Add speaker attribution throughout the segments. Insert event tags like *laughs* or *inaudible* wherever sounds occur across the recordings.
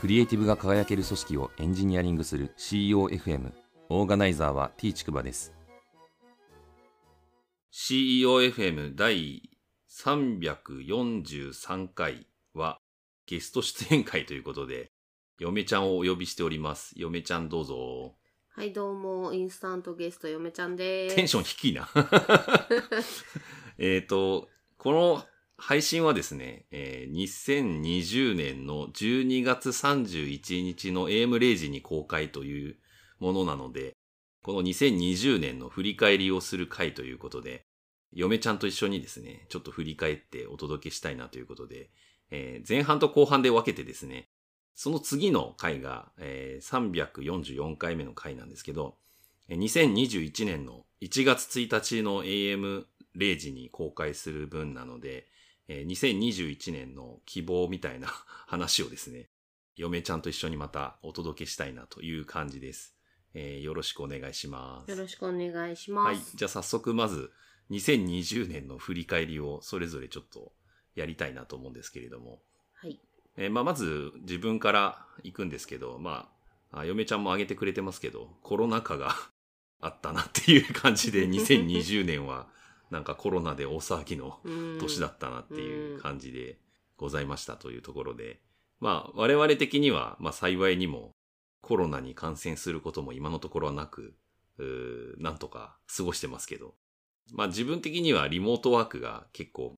Speaker 1: クリエイティブが輝ける組織をエンジニアリングする CEOFM オーガナイザーは T ちくばです CEOFM 第343回はゲスト出演会ということで嫁ちゃんをお呼びしております嫁ちゃんどうぞ
Speaker 2: はい、どうも、インスタントゲスト、嫁ちゃんです。
Speaker 1: テンション低いなえっとこの配信はですね、えー2020年の12月31日の AM0 時に公開というものなので、この2020年の振り返りをする回ということで、嫁ちゃんと一緒にですね、ちょっと振り返ってお届けしたいなということで、えー前半と後半で分けてですね、その次の回が、えー344回目の回なんですけど、えー2021年の1月1日の AM0 時に公開する分なので、えー2021年の希望みたいな *laughs* 話をですね、嫁ちゃんと一緒にまたお届けしたいなという感じです。えーよろしくお願いします。
Speaker 2: よろしくお願いし
Speaker 1: は
Speaker 2: ま
Speaker 1: い。
Speaker 2: す。
Speaker 1: じゃあ早速まず、2020年の振り返りをそれぞれちょっとやりたいなと思うんですけれども、
Speaker 2: はい。
Speaker 1: えーまあ、まず自分から行くんですけど、まあ、あ嫁ちゃんも挙げてくれてますけど、コロナ禍があったなっていう感じで、2020年はなんかコロナで大騒ぎの
Speaker 2: うん
Speaker 1: 年だったなっていう感じでございましたというところで、まあ、我々的には、まあ、幸いにもコロナに感染することも今のところはなく、うーなんとか過ごしてますけど、まあ自分的にはリモートワークが結構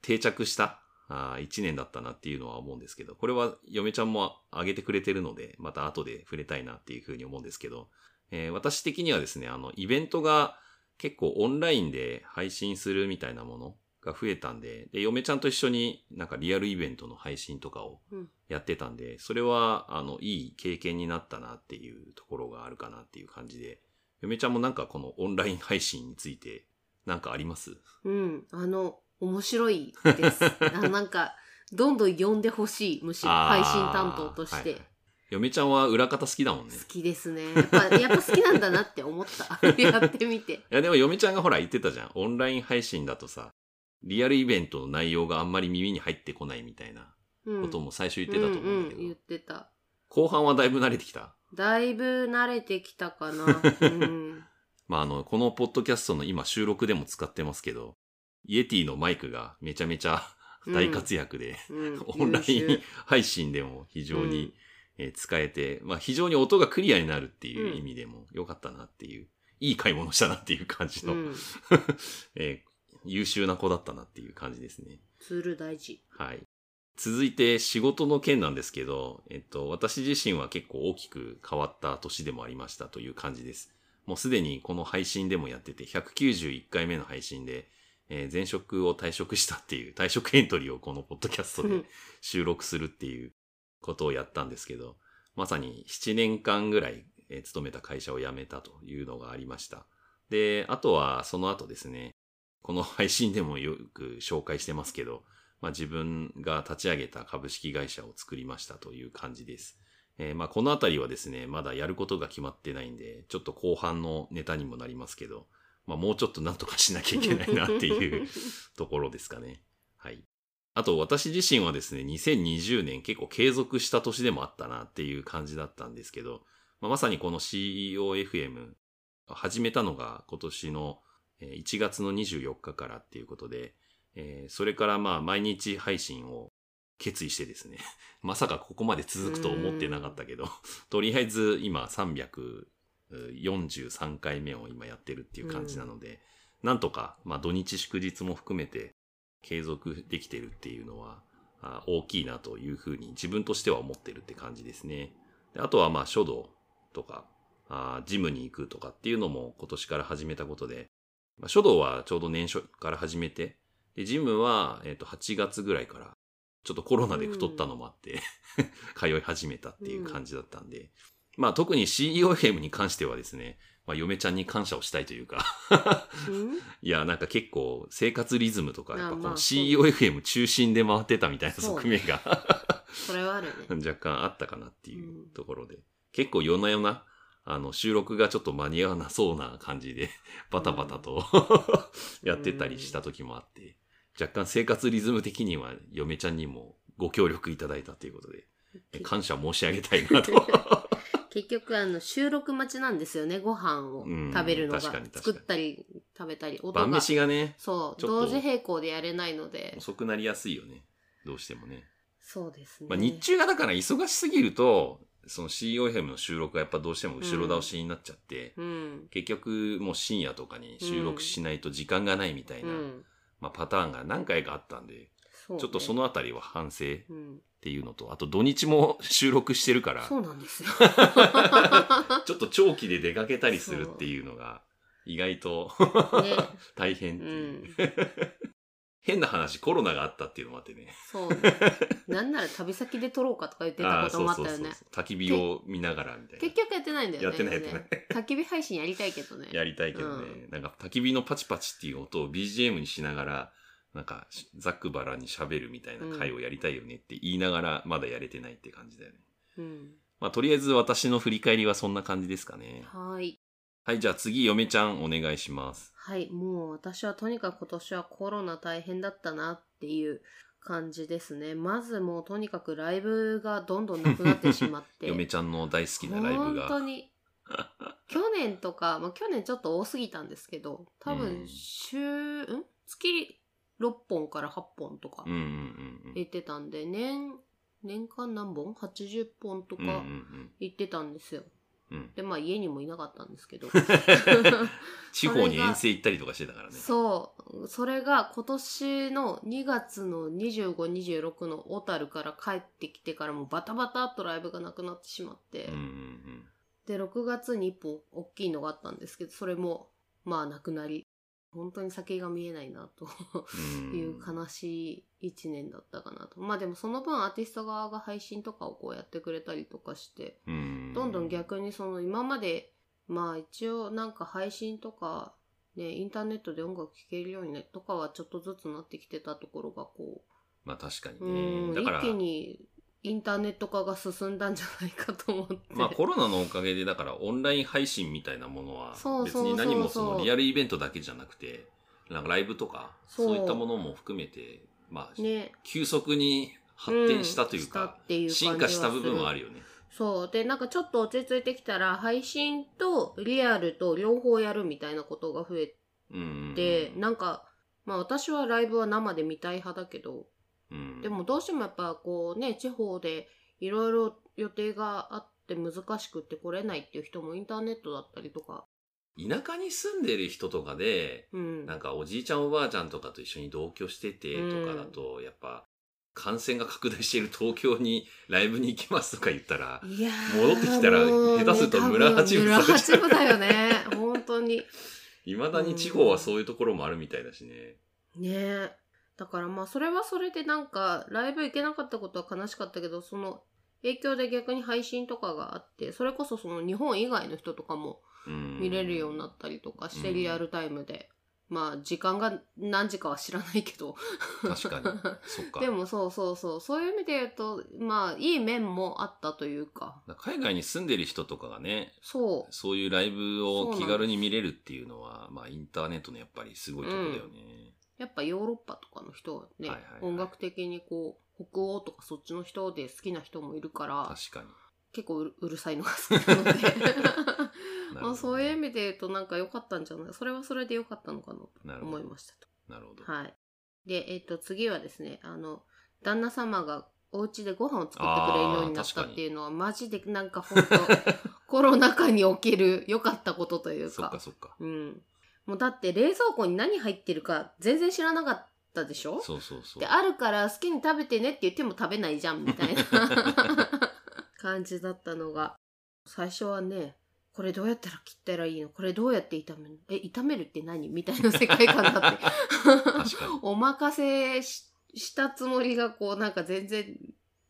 Speaker 1: 定着したあ1年だったなっていうのは思うんですけど、これは嫁ちゃんも挙げてくれてるので、また後で触れたいなっていうふうに思うんですけど、えー私的にはですね、あの、イベントが結構オンラインで配信するみたいなものが増えたんで、で、嫁ちゃんと一緒になんかリアルイベントの配信とかを
Speaker 2: うん
Speaker 1: やってたんで、それは、あの、いい経験になったなっていうところがあるかなっていう感じで、嫁ちゃんもなんかこのオンライン配信についてなんかあります
Speaker 2: うん。あの、面白いで
Speaker 1: *laughs*
Speaker 2: す。あのなんか、どんどん呼んでほしい、むしろ。
Speaker 1: あー
Speaker 2: 配信担当とし
Speaker 1: はい
Speaker 2: て
Speaker 1: はい。嫁ちゃんは裏方好きだもんね
Speaker 2: 好。きですね。や
Speaker 1: *laughs*
Speaker 2: っぱ、やっぱ好きなんだなって思った。 *laughs* やってみて。
Speaker 1: いやでも嫁ちゃんがほら言ってたじゃん。オンライン配信だとさ、リアルイベントの内容があんまり耳に入ってこないみたいな
Speaker 2: うん。
Speaker 1: ことも最初言ってたと思うんだけど、
Speaker 2: うんうん、言ってた。
Speaker 1: 後半はだいぶ慣れてきた。
Speaker 2: だいぶ慣れてきた
Speaker 1: *laughs*
Speaker 2: かな。うん。
Speaker 1: まああの、このポッドキャストの今収録でも使ってますけど、イエティのマイクがめちゃめちゃ大活躍で、
Speaker 2: うん、
Speaker 1: オンライン
Speaker 2: 優秀
Speaker 1: 配信でも非常
Speaker 2: うん
Speaker 1: にえー使えて、まあ非常に音がクリアになるっていう意味でも良かったなっていう、いい買い物したなっていう感じの、
Speaker 2: うん。
Speaker 1: *laughs* えー優秀な子だったなっていう感じですね。
Speaker 2: ツール大事。
Speaker 1: はい。続いて仕事の件なんですけど、えっと、私自身は結構大きく変わった年でもありましたという感じです。もうすでにこの配信でもやってて、191回目の配信で、えー前職を退職したっていう、退職エントリーをこのポッドキャスト
Speaker 2: う
Speaker 1: で
Speaker 2: ん
Speaker 1: 収録するっていうことをやったんですけど、まさに7年間ぐらいえー勤めた会社を辞めたというのがありました。で、あとはその後ですね、この配信でもよく紹介してますけど、まあ、自分が立ち上げた株式会社を作りましたという感じです。えーまあこのあたりはですね、まだやることが決まってないんで、ちょっと後半のネタにもなりますけど、まあもうちょっとなんとかしなきゃいけないなっていうところですかね。はい。あと私自身はですね、2020年結構継続した年でもあったなっていう感じだったんですけど、まあ、まさにこの CEOFM 始めたのが今年のえー1月の24日からっていうことで、えーそれからまあ毎日配信を決意してですね、 *laughs* まさかここまで続くと思ってなかったけど、とりあえず今343回目を今やってるっていう感じなので、なんとか、まあ土日祝日も含めて継続できてるっていうのは、あ大きいなというふうに自分としては思ってるって感じですね。であとはまあ書道とか、あジムに行くとかっていうのも今年から始めたことで、まあ、書道はちょうど年初から始めて、で、ジムは、えっ、と、8月ぐらいから、ちょっとコロナで太ったのもあって、 *laughs* 通い始めたっていう感じだったんで、まあ特に CEOFM に関してはですね、まあ嫁ちゃんに感謝をしたいというか、 *laughs*
Speaker 2: うん
Speaker 1: いや、なんか結構生活リズムとか、やっぱこ
Speaker 2: まあま
Speaker 1: の
Speaker 2: あ
Speaker 1: CEOFM 中心で回ってたみたいな側面が
Speaker 2: それはあるね。
Speaker 1: 若干あったかなっていううんところで、結構夜な夜な、あの、収録がちょっと間に合わなそうな感じで、 *laughs* バタバタとやってたりした時もあって、若干生活リズム的には嫁ちゃんにもご協力いただいたということで、え感謝申し上げたいな *laughs* と。
Speaker 2: 結局あの収録待ちなんですよねご飯を
Speaker 1: うん
Speaker 2: 食べるのが、
Speaker 1: 確かに確か
Speaker 2: 作
Speaker 1: に
Speaker 2: ったり食べたり音が
Speaker 1: 晩飯がね、
Speaker 2: そう
Speaker 1: ちょっと
Speaker 2: 同時並行でやれないので
Speaker 1: 遅くなりやすいよね。どうしてもね。
Speaker 2: そうですね、
Speaker 1: まあ、日中がだから忙しすぎると、その COFM の収録がやっぱどうしても後ろ倒しになっちゃって、
Speaker 2: うん
Speaker 1: 結局もう深夜とかに収録しないと時間がないみたいうな、
Speaker 2: ん
Speaker 1: まあ、パターンが何回かあったんで、
Speaker 2: そうね
Speaker 1: ちょっとそのあたりは反省っ
Speaker 2: うん、
Speaker 1: ていうのと、あと土日も収録してるから、
Speaker 2: そうなんですよ
Speaker 1: *laughs* ちょっと長期で出かけたりするっていうのが意外と
Speaker 2: ね
Speaker 1: 大変っ
Speaker 2: う
Speaker 1: ていう、
Speaker 2: ん
Speaker 1: 変な話、コロナがあったっていうのもあってね。
Speaker 2: そうねなんなら旅先で撮ろうかとか言ってた
Speaker 1: あ
Speaker 2: こ
Speaker 1: あ
Speaker 2: ともあったよね
Speaker 1: 焚き火を見ながらみたいな
Speaker 2: 結。局やってないんだよね
Speaker 1: やってない
Speaker 2: あれね
Speaker 1: やっ
Speaker 2: 焚き火配信やりたいけどね
Speaker 1: やりたいけどね、なんか焚き火のパチパチっていう音を BGM にしながら、なんかしザックバラに喋るみたいな回をやりたいよねって言いながらまだやれてないって感じだよね。
Speaker 2: うん
Speaker 1: まあとりあえず私の振り返りはそんな感じですかね。
Speaker 2: はーい
Speaker 1: はい、じゃあ次、嫁ちゃんお願いします。
Speaker 2: はい、もう私はとにかく今年はコロナ大変だったなっていう感じですね。まずもうとにかくライブがどんどんなくなってしま
Speaker 1: *laughs*
Speaker 2: って。
Speaker 1: 嫁ちゃんの大好きなライブ
Speaker 2: 本当
Speaker 1: が。
Speaker 2: に。去年とか、まあ、去年ちょっと多すぎたんですけど、多
Speaker 1: うん
Speaker 2: 分週、ん、月6本から8本とか
Speaker 1: うんうんうんうん
Speaker 2: 出てたんで、年、年間何本 ?80 本と
Speaker 1: うんうんう
Speaker 2: か
Speaker 1: ん
Speaker 2: 行ってたんですよ。
Speaker 1: うん
Speaker 2: で、まあ家にもいなかったんで
Speaker 1: *laughs*
Speaker 2: すけど。
Speaker 1: 地方に遠征行ったりとかしてたからね。
Speaker 2: そう。それが今年の2月の25、26の小樽から帰ってきてからもうバタバタっとライブがなくなってしまって、
Speaker 1: うんうん
Speaker 2: で、6月に1本大きいのがあったんですけど、それもまあなくなり、本当に先が見えないなと
Speaker 1: うんうん
Speaker 2: いう悲しい1年だったかなと。まあでもその分アーティスト側が配信とかをこうやってくれたりとかして、
Speaker 1: うん
Speaker 2: どんどん逆にその今までまあ一応なんか配信とかねインターネットで音楽聴けるようにねとかはちょっとずつなってきてたところがこ
Speaker 1: まあ確かに
Speaker 2: う、う
Speaker 1: ね。
Speaker 2: ん
Speaker 1: だから
Speaker 2: 一、気にインターネット化が進んだんじゃないかと思 *laughs* って、
Speaker 1: まあコロナのおかげで、だからオンライン配信みたいなものは
Speaker 2: そ、う
Speaker 1: 別
Speaker 2: そうそうそう
Speaker 1: に何もそのリアルイベントだけじゃなくて、なんかライブとか、
Speaker 2: そう
Speaker 1: そういったものも含めて、まあ、
Speaker 2: *laughs* ね
Speaker 1: 急速に発展したという
Speaker 2: うん
Speaker 1: か
Speaker 2: し、ていう感じは
Speaker 1: 進化した部分はあ
Speaker 2: る
Speaker 1: るよね。
Speaker 2: そうでなんかちょっと落ち着いてきたら配信とリアルと両方やるみたいなことが増え
Speaker 1: うんうんうん。
Speaker 2: て、なんかまあ私はライブは生で見たい派だけど、
Speaker 1: うん
Speaker 2: でもどうしてもやっぱこうね地方でいろいろ予定があって難しくって来れないっていう人もインターネットだったりとか、
Speaker 1: 田舎に住んでる人とかで、
Speaker 2: うん、
Speaker 1: なんかおじいちゃんおばあちゃんとかと一緒に同居しててとかだと、やっぱ感染が拡大している東京にライブに行きますとか言ったら、
Speaker 2: いやー
Speaker 1: 戻ってきたら
Speaker 2: もうね
Speaker 1: 下手すると村八分
Speaker 2: 多分村八分だよね本当に
Speaker 1: いまだに地方はそういうところもあるみたいだしね。
Speaker 2: ねえだからまあそれはそれでなんかライブ行けなかったことは悲しかったけどその影響で逆に配信とかがあってそれこそその日本以外の人とかも
Speaker 1: うん
Speaker 2: 見れるようになったりとかして、
Speaker 1: うん
Speaker 2: リアルタイムでまあ時間が何時かは知らないけど
Speaker 1: 確かに。そっか。
Speaker 2: でもそうそうそうそういう意味で言うとまあいい面もあったというか
Speaker 1: 海外に住んでる人とかがね、
Speaker 2: そ
Speaker 1: そういうライブ
Speaker 2: そう
Speaker 1: を
Speaker 2: なん
Speaker 1: 気
Speaker 2: です
Speaker 1: 軽に見れるっていうのは、まあインターネットのやっぱりすごいとこだよね。
Speaker 2: うやっぱヨーロッパとかの人はね、
Speaker 1: はいはいはい
Speaker 2: 音楽的にこう北欧とかそっちの人で好きな人もいるから
Speaker 1: 確かに。
Speaker 2: 結構うるうるさいのが好き
Speaker 1: *laughs*
Speaker 2: なので
Speaker 1: なるほど
Speaker 2: まあそういう意味で言うとなんか良かったんじゃないそれはそれで良かったのかなと
Speaker 1: なるほ
Speaker 2: 思
Speaker 1: ど
Speaker 2: い。ましたと
Speaker 1: なるほど。
Speaker 2: はいでえっ、と次はですねあの旦那様がお家でご飯を作ってくれるようになったっていうのはマジでなんか
Speaker 1: *laughs*
Speaker 2: 本当コロナ禍における良かったことという
Speaker 1: そっ
Speaker 2: か
Speaker 1: かそっか。
Speaker 2: うん。もうだって冷蔵庫に何入ってるか全然知らなかったでしょ
Speaker 1: そうそうそう
Speaker 2: で、。あるから好きに食べてねって言っても食べないじゃんみたいな感じだったのが。最初はね、これどうやったら切ったらいいのこれどうやって炒めるのえ、炒めるって何みたいな世界観だって。
Speaker 1: 確かに。
Speaker 2: お任せししたつもりがこうなんか全然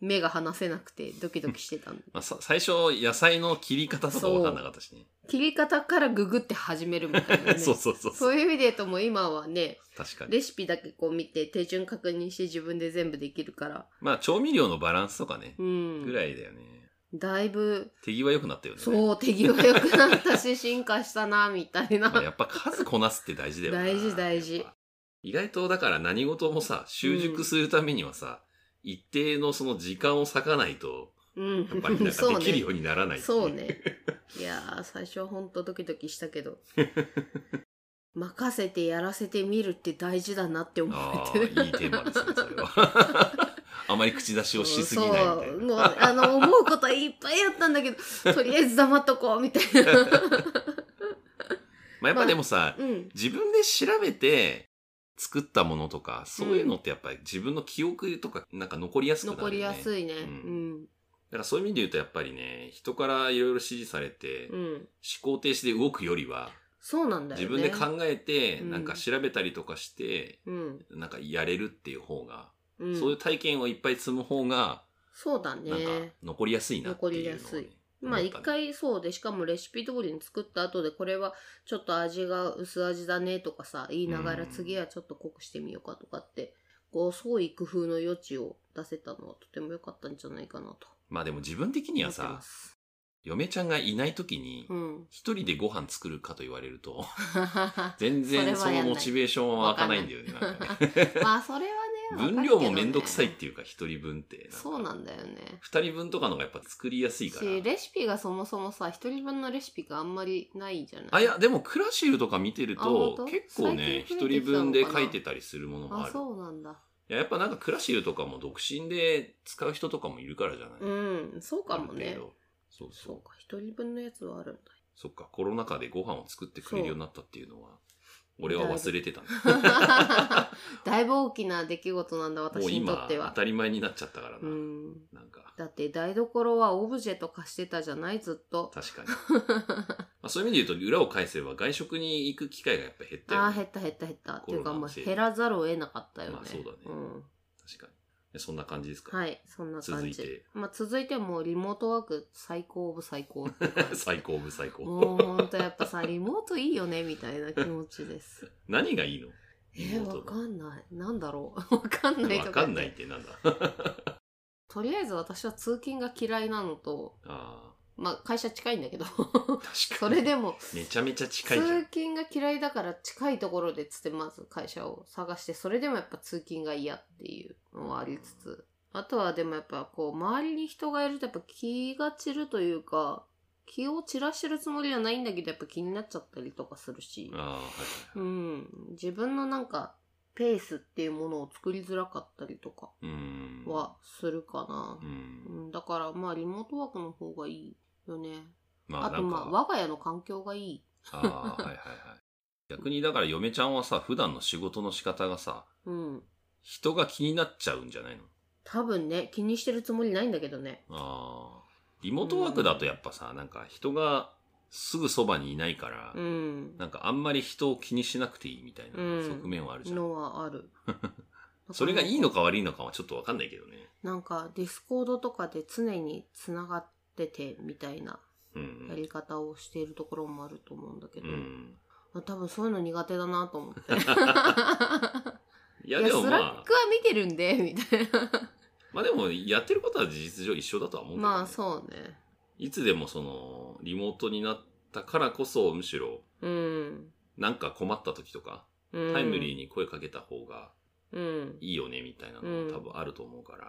Speaker 2: 目が離せなくてドキドキして
Speaker 1: *laughs*
Speaker 2: たん
Speaker 1: まあ、さ最初、野菜の切り方とか分かんなかったしね。
Speaker 2: 切り方からググって始めるみたいな、
Speaker 1: *laughs*
Speaker 2: ね。
Speaker 1: そうそうそう
Speaker 2: そういう意味で言うともう今はね、
Speaker 1: 確かに。
Speaker 2: レシピだけこう見て手順確認して自分で全部できるから、
Speaker 1: まあ、調味料のバランスとかね
Speaker 2: う、ん、
Speaker 1: ぐらいだよね。
Speaker 2: だいぶ
Speaker 1: 手際良くなったよね。
Speaker 2: そう手際良くなったし進化したなみたい
Speaker 1: *laughs*
Speaker 2: な、
Speaker 1: まあやっぱ数こなすって大事だよな
Speaker 2: 大事大事
Speaker 1: やっぱ意外とだから何事もさ、習熟するためにはさ、一定のその時間を割かないと、
Speaker 2: うん
Speaker 1: やっぱりなん
Speaker 2: *laughs* そう
Speaker 1: か
Speaker 2: ね
Speaker 1: できるようにならないってい
Speaker 2: そうねいやー最初はほんとドキドキした
Speaker 1: *laughs*
Speaker 2: けど任せてやらせてみるって大事だなって思
Speaker 1: あ
Speaker 2: っ
Speaker 1: あ
Speaker 2: て
Speaker 1: いいテーマですねそ
Speaker 2: *laughs*
Speaker 1: れはあまり口出しをしすぎないみたいな
Speaker 2: そうもうあの思うことはいっぱいあったんだ
Speaker 1: *laughs*
Speaker 2: けどとりあえず黙っとこうみたいな
Speaker 1: まあやっぱでもさ、
Speaker 2: うん
Speaker 1: 自分で調べて作ったものとかそういうのってやっぱり自分の記憶とかなんか残りやすくなる
Speaker 2: 残
Speaker 1: よね
Speaker 2: りやすいね
Speaker 1: う
Speaker 2: うん
Speaker 1: だからそういう意味で言うとやっぱりね人からいろいろ指示されて、
Speaker 2: う
Speaker 1: 思
Speaker 2: ん
Speaker 1: 考停止で動くよりは
Speaker 2: そうなんだよ
Speaker 1: 自
Speaker 2: ね
Speaker 1: 分で考えて、
Speaker 2: うん
Speaker 1: なんか調べたりとかして
Speaker 2: うん
Speaker 1: なんかやれるっていう方が、
Speaker 2: うん
Speaker 1: そういう体験をいっぱい積む方が
Speaker 2: そうだ
Speaker 1: なんか
Speaker 2: ね
Speaker 1: 残りやすいなっていうのをね、
Speaker 2: 残りやすいまあ
Speaker 1: 思っ
Speaker 2: 一
Speaker 1: たね
Speaker 2: 回そうでしかもレシピ通りに作った後でこれはちょっと味が薄味だねとかさ言いながら
Speaker 1: うん
Speaker 2: 次はちょっと濃くしてみようかとかってこう創意工夫の余地を出せたのはとても良かったんじゃないかなと
Speaker 1: まあでも自分的に
Speaker 2: 思
Speaker 1: は
Speaker 2: って
Speaker 1: さ
Speaker 2: ます。
Speaker 1: 嫁ちゃんがいない時に
Speaker 2: うん、 *laughs*
Speaker 1: 一人でご飯作るかと言われると全然
Speaker 2: そ
Speaker 1: そ
Speaker 2: れはや
Speaker 1: の
Speaker 2: んない
Speaker 1: モチベーションは開かないんだよね。なんか
Speaker 2: *laughs*
Speaker 1: ね
Speaker 2: まあそれはね
Speaker 1: *laughs* 分量もめんどくさいっ
Speaker 2: わかる
Speaker 1: ていうか、一人分って
Speaker 2: けどね。そうなんんだよね
Speaker 1: 二人分とかのがやっぱ作りやすいから。
Speaker 2: しレシピがそもそもさ一人分のレシピがあんまりないじゃない
Speaker 1: あ、いや、でもクラシルとか見てる
Speaker 2: あ
Speaker 1: と
Speaker 2: 本当、
Speaker 1: 結構ね、
Speaker 2: 最近
Speaker 1: 一
Speaker 2: 増えて
Speaker 1: 人
Speaker 2: きたのかな
Speaker 1: 分で書いてたりするものもあ
Speaker 2: あ
Speaker 1: る。
Speaker 2: そうなんだ
Speaker 1: いややっぱなんかクラシルとかも独身で使う人とかもいるからじゃない、
Speaker 2: うんそうかも
Speaker 1: あ
Speaker 2: ね
Speaker 1: る程度そうそ
Speaker 2: そうう。か一人分のやつはあるんだ
Speaker 1: そっか、コロナ禍でご飯を作ってくれるようになったっていうのは、俺は忘れてたんだ。
Speaker 2: *laughs* だいぶ大きな出来事なん
Speaker 1: *laughs*
Speaker 2: だ
Speaker 1: もう
Speaker 2: 私にと
Speaker 1: 今
Speaker 2: っ、て
Speaker 1: 当
Speaker 2: は。
Speaker 1: たり前になっちゃったから
Speaker 2: う
Speaker 1: な。
Speaker 2: ん、
Speaker 1: なんか。
Speaker 2: だって台所はオブジェとかしてたじゃないずっと。
Speaker 1: 確かに。まあ、そういう意味で言うと、裏を返せば外食に行く機会がやっぱ減ったよ、ね。
Speaker 2: ああ減った減った減った。っていうか
Speaker 1: コロナ
Speaker 2: もう
Speaker 1: のせいで
Speaker 2: 減らざるを得なかったよね。
Speaker 1: まあそうだね
Speaker 2: ん
Speaker 1: 確かにで。そんな感じですか。
Speaker 2: はい、そんな感じ。
Speaker 1: 続いて
Speaker 2: まあ続いてもうリモートワーク最高オブ最高って感
Speaker 1: *laughs* *laughs*
Speaker 2: じ
Speaker 1: 最高部最高。
Speaker 2: もうほんとやっぱさ、リモートいいよねみたいな気持
Speaker 1: *laughs*
Speaker 2: ちです。
Speaker 1: *laughs* 何がいいの
Speaker 2: えー、わか
Speaker 1: ん
Speaker 2: んない。なんだろう。わ *laughs* かんないとか言って
Speaker 1: わかんないっ。てなんだ。 *laughs* あ
Speaker 2: とりあえず私は通勤が嫌いなのと、
Speaker 1: あ
Speaker 2: まあ会社近いんだけど
Speaker 1: ー、 *laughs* 確か
Speaker 2: そ
Speaker 1: に。
Speaker 2: れでも
Speaker 1: めちゃめちゃ近いじゃ
Speaker 2: 通
Speaker 1: ん。
Speaker 2: 勤が嫌いだから近いところでつってまず会社を探してそれでもやっぱ通勤が嫌っていうのはありつつあとはでもやっぱこう周りに人がいるとやっぱ気が散るというか気を散らしてるつもりはないんだけどやっぱ気になっちゃったりとかするし、
Speaker 1: ああ、はいは
Speaker 2: う
Speaker 1: いはい。
Speaker 2: ん、自分のなんかペースっていうものを作りづらかったりとか
Speaker 1: うーん。
Speaker 2: はするかな
Speaker 1: う、ん。
Speaker 2: うん、だからまあリモートワークの方がいいよね
Speaker 1: まあ、
Speaker 2: あ
Speaker 1: な
Speaker 2: と
Speaker 1: ん
Speaker 2: まあ
Speaker 1: か、
Speaker 2: 我が家の環境がいい。
Speaker 1: *laughs* ああ、はいはいはい。逆にだから嫁ちゃんはさ、普段の仕事の仕方がさ、
Speaker 2: うん。
Speaker 1: 人が気になっちゃうんじゃないの
Speaker 2: 多分ね、気にしてるつもりないんだけどね。
Speaker 1: ああ。リモートワークだとやっぱさ、なんか人がすぐそばにいないから、
Speaker 2: うん。
Speaker 1: なんかあんまり人を気にしなくていいみたいな
Speaker 2: うん
Speaker 1: 側面はあるじゃん。
Speaker 2: のはある。
Speaker 1: *laughs* それがいいのか悪いのかはちょっとわかんないけどね。
Speaker 2: なんか、ディスコードとかで常に繋がってて、みたいな
Speaker 1: うん
Speaker 2: やり方をしているところもあると思うんだけ
Speaker 1: うん。う
Speaker 2: ど、
Speaker 1: ん。
Speaker 2: 多分そういうの苦手だなと思って。
Speaker 1: *laughs* い
Speaker 2: い
Speaker 1: や
Speaker 2: や、
Speaker 1: でも
Speaker 2: スラッ
Speaker 1: まあ
Speaker 2: ク、は見てるんで、みたいな。
Speaker 1: まあでもやってることは事実上一緒だとは思うけど、ね。
Speaker 2: まあ、そうね。
Speaker 1: いつでもその、リモートになったからこそ、むしろ、
Speaker 2: うん。
Speaker 1: なんか困った時とか、
Speaker 2: うん、
Speaker 1: タイムリーに声かけた方が
Speaker 2: うん。
Speaker 1: いいよねみたいなの
Speaker 2: うん
Speaker 1: が多分あると思うから、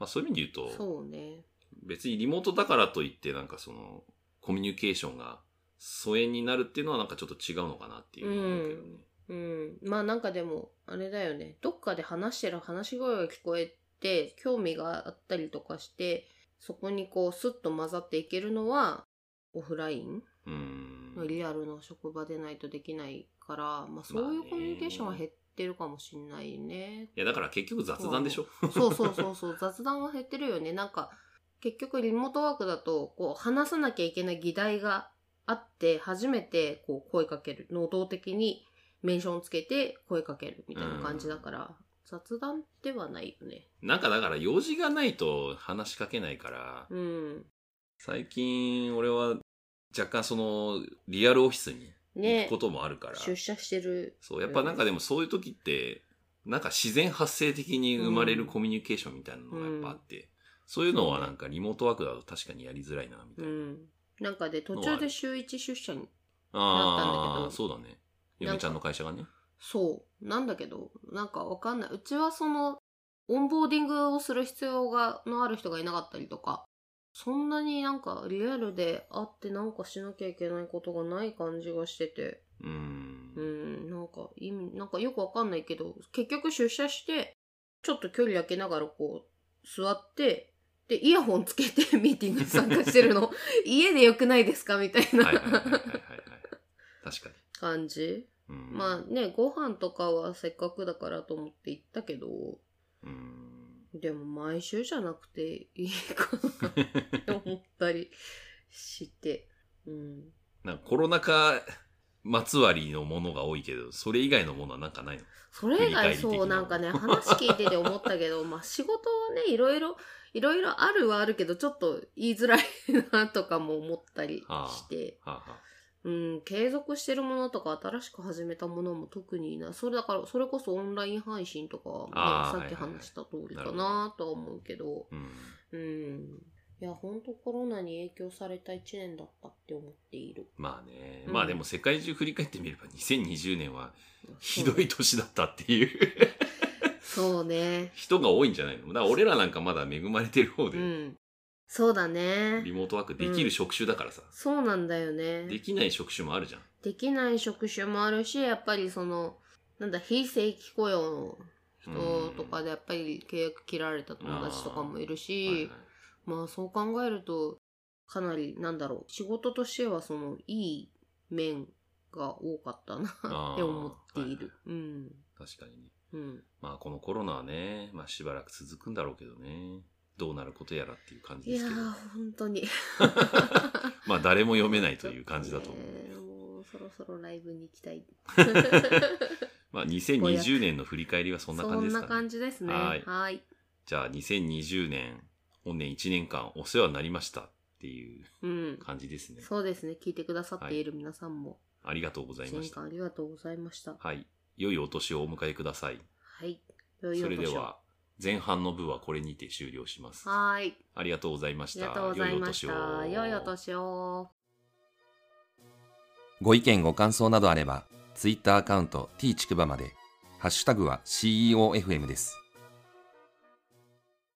Speaker 1: まあそういう意味で言うと、
Speaker 2: そうね。
Speaker 1: 別にリモートだからといってなんかそのコミュニケーションが疎遠になるっていうのはなんかちょっと違うのかなっていうのは思うけどね。
Speaker 2: うん、まあなんかでもあれだよねどっかで話してる話し声が聞こえて興味があったりとかしてそこにこうスッと混ざっていけるのはオフライン
Speaker 1: う
Speaker 2: の
Speaker 1: ん。
Speaker 2: リアルの職場でないとできないから、まあ、そういうコミュニケーションは減ってるかもしんないね。
Speaker 1: いやだから結局雑談でしょ
Speaker 2: そうそうそうそう雑談は減ってるよねなんか結局リモートワークだとこう話さなきゃいけない議題があって初めてこう声かける能動的にメンションつけて声かけるみたいな感じだから、雑談ではないよね
Speaker 1: なんかだから用事がないと話しかけないから、
Speaker 2: うん
Speaker 1: 最近俺は若干そのリアルオフィスに行
Speaker 2: ね
Speaker 1: くこともあるから、
Speaker 2: 出社してる
Speaker 1: そう、やっぱなんかでもそういう時って、なんか自然発生的に生まれる
Speaker 2: うん
Speaker 1: コミュニケーションみたいなのがやっぱあって、そういうのはなんかリモートワークだと確かにやりづらいな、みた
Speaker 2: う
Speaker 1: いな。
Speaker 2: んなんかで途中で週1出社になったんだ
Speaker 1: あ
Speaker 2: け
Speaker 1: あ、
Speaker 2: ど
Speaker 1: そうだね。
Speaker 2: な
Speaker 1: 嫁
Speaker 2: んか
Speaker 1: ちゃんの会社がね。
Speaker 2: そうなんだけどなんかわかんないうちはそのオンボーディングをする必要がのある人がいなかったりとかそんなになんかリアルで会ってなんかしなきゃいけないことがない感じがしてて、
Speaker 1: うー。
Speaker 2: うんん、なんか意味、なんかよくわかんないけど、結局出社して、ちょっと距離空けながらこう、座って、で、イヤホンつけて *laughs* ミーティングに参加して
Speaker 1: *laughs*
Speaker 2: るの。家でよくないですかみたいな
Speaker 1: はいはいはいはいはいはい。確か
Speaker 2: 感じ。
Speaker 1: に。うん、
Speaker 2: まあね、ご飯とかはせっかくだからと思って行ったけど、
Speaker 1: うん。
Speaker 2: でも毎週じゃなくていいかなって思ったりして。うん。
Speaker 1: なんかコロナ禍まつわりのものが多いけど、それ以外のものはなんかないの
Speaker 2: それ
Speaker 1: 振
Speaker 2: 以外
Speaker 1: り返り的
Speaker 2: そう
Speaker 1: な
Speaker 2: なんかね話聞いてて思ったけどまあ仕事はねいろいろいろいろあるはあるけどちょっと言いづらいなとかも思ったりして、
Speaker 1: はあはあ
Speaker 2: うん継続してるものとか新しく始めたものも特にないそれだからそれこそオンライン配信とか
Speaker 1: あー
Speaker 2: はね、さっ
Speaker 1: はい
Speaker 2: き
Speaker 1: はいはい
Speaker 2: 話した通り
Speaker 1: なる
Speaker 2: か
Speaker 1: ほ
Speaker 2: なとは思うけど
Speaker 1: うん。
Speaker 2: うんいや本当コロナに影響された1年だったって思っている
Speaker 1: まあね。
Speaker 2: うん
Speaker 1: まあでも世界中振り返ってみれば2020年はひどい年だったっていう
Speaker 2: そうね
Speaker 1: 人が多いんじゃないのだから俺らなんかまだ恵まれてる方
Speaker 2: う
Speaker 1: で、
Speaker 2: んそうだね
Speaker 1: リモートワークできる職種だからさ、
Speaker 2: そうなんだよね
Speaker 1: できない職種もあるじゃん。
Speaker 2: できない職種もあるしやっぱりそのなんだ非正規雇用の人とかでやっぱり契約切られた友達とかもいるし、
Speaker 1: はいはい
Speaker 2: まあそう考えるとかなりなんだろう仕事としてはそのいい面が多かったな *laughs* って思っている、うん
Speaker 1: 確かにね。
Speaker 2: うん
Speaker 1: まあこのコロナはね、まあしばらく続くんだろうけどね。どうなることやらっていう感じで
Speaker 2: いや
Speaker 1: す
Speaker 2: ー
Speaker 1: けど。
Speaker 2: 本当に
Speaker 1: まあ誰も読めないという感じだと思う。
Speaker 2: ねもうそろそろライブに行き
Speaker 1: *laughs*
Speaker 2: たい
Speaker 1: まあ2020年の振り返りはそんな感じです
Speaker 2: そ
Speaker 1: かね
Speaker 2: んな。感じですね
Speaker 1: は
Speaker 2: はいい
Speaker 1: じゃあ2020年、本年1年間お世話になりましたっていう
Speaker 2: うん
Speaker 1: 感じですね。
Speaker 2: そうですね聞いてくださっている皆さんも、
Speaker 1: ありがとうござい
Speaker 2: 新
Speaker 1: ま
Speaker 2: 年
Speaker 1: した
Speaker 2: 間。ありがとうございました。
Speaker 1: はい。良いお年をお迎えください。
Speaker 2: はい。良いお
Speaker 1: それ
Speaker 2: 年を
Speaker 1: で。は、前半の部はこれにて終了します。あ
Speaker 2: はーい。
Speaker 1: りがとうございま
Speaker 2: あ
Speaker 1: し
Speaker 2: り
Speaker 1: た。
Speaker 2: がとうございました。良いお
Speaker 1: を
Speaker 2: 年を。
Speaker 3: ご意見ご感想などあれば、Twitter アカウント t ちくばまで、ハッシュタグは CEOFM です。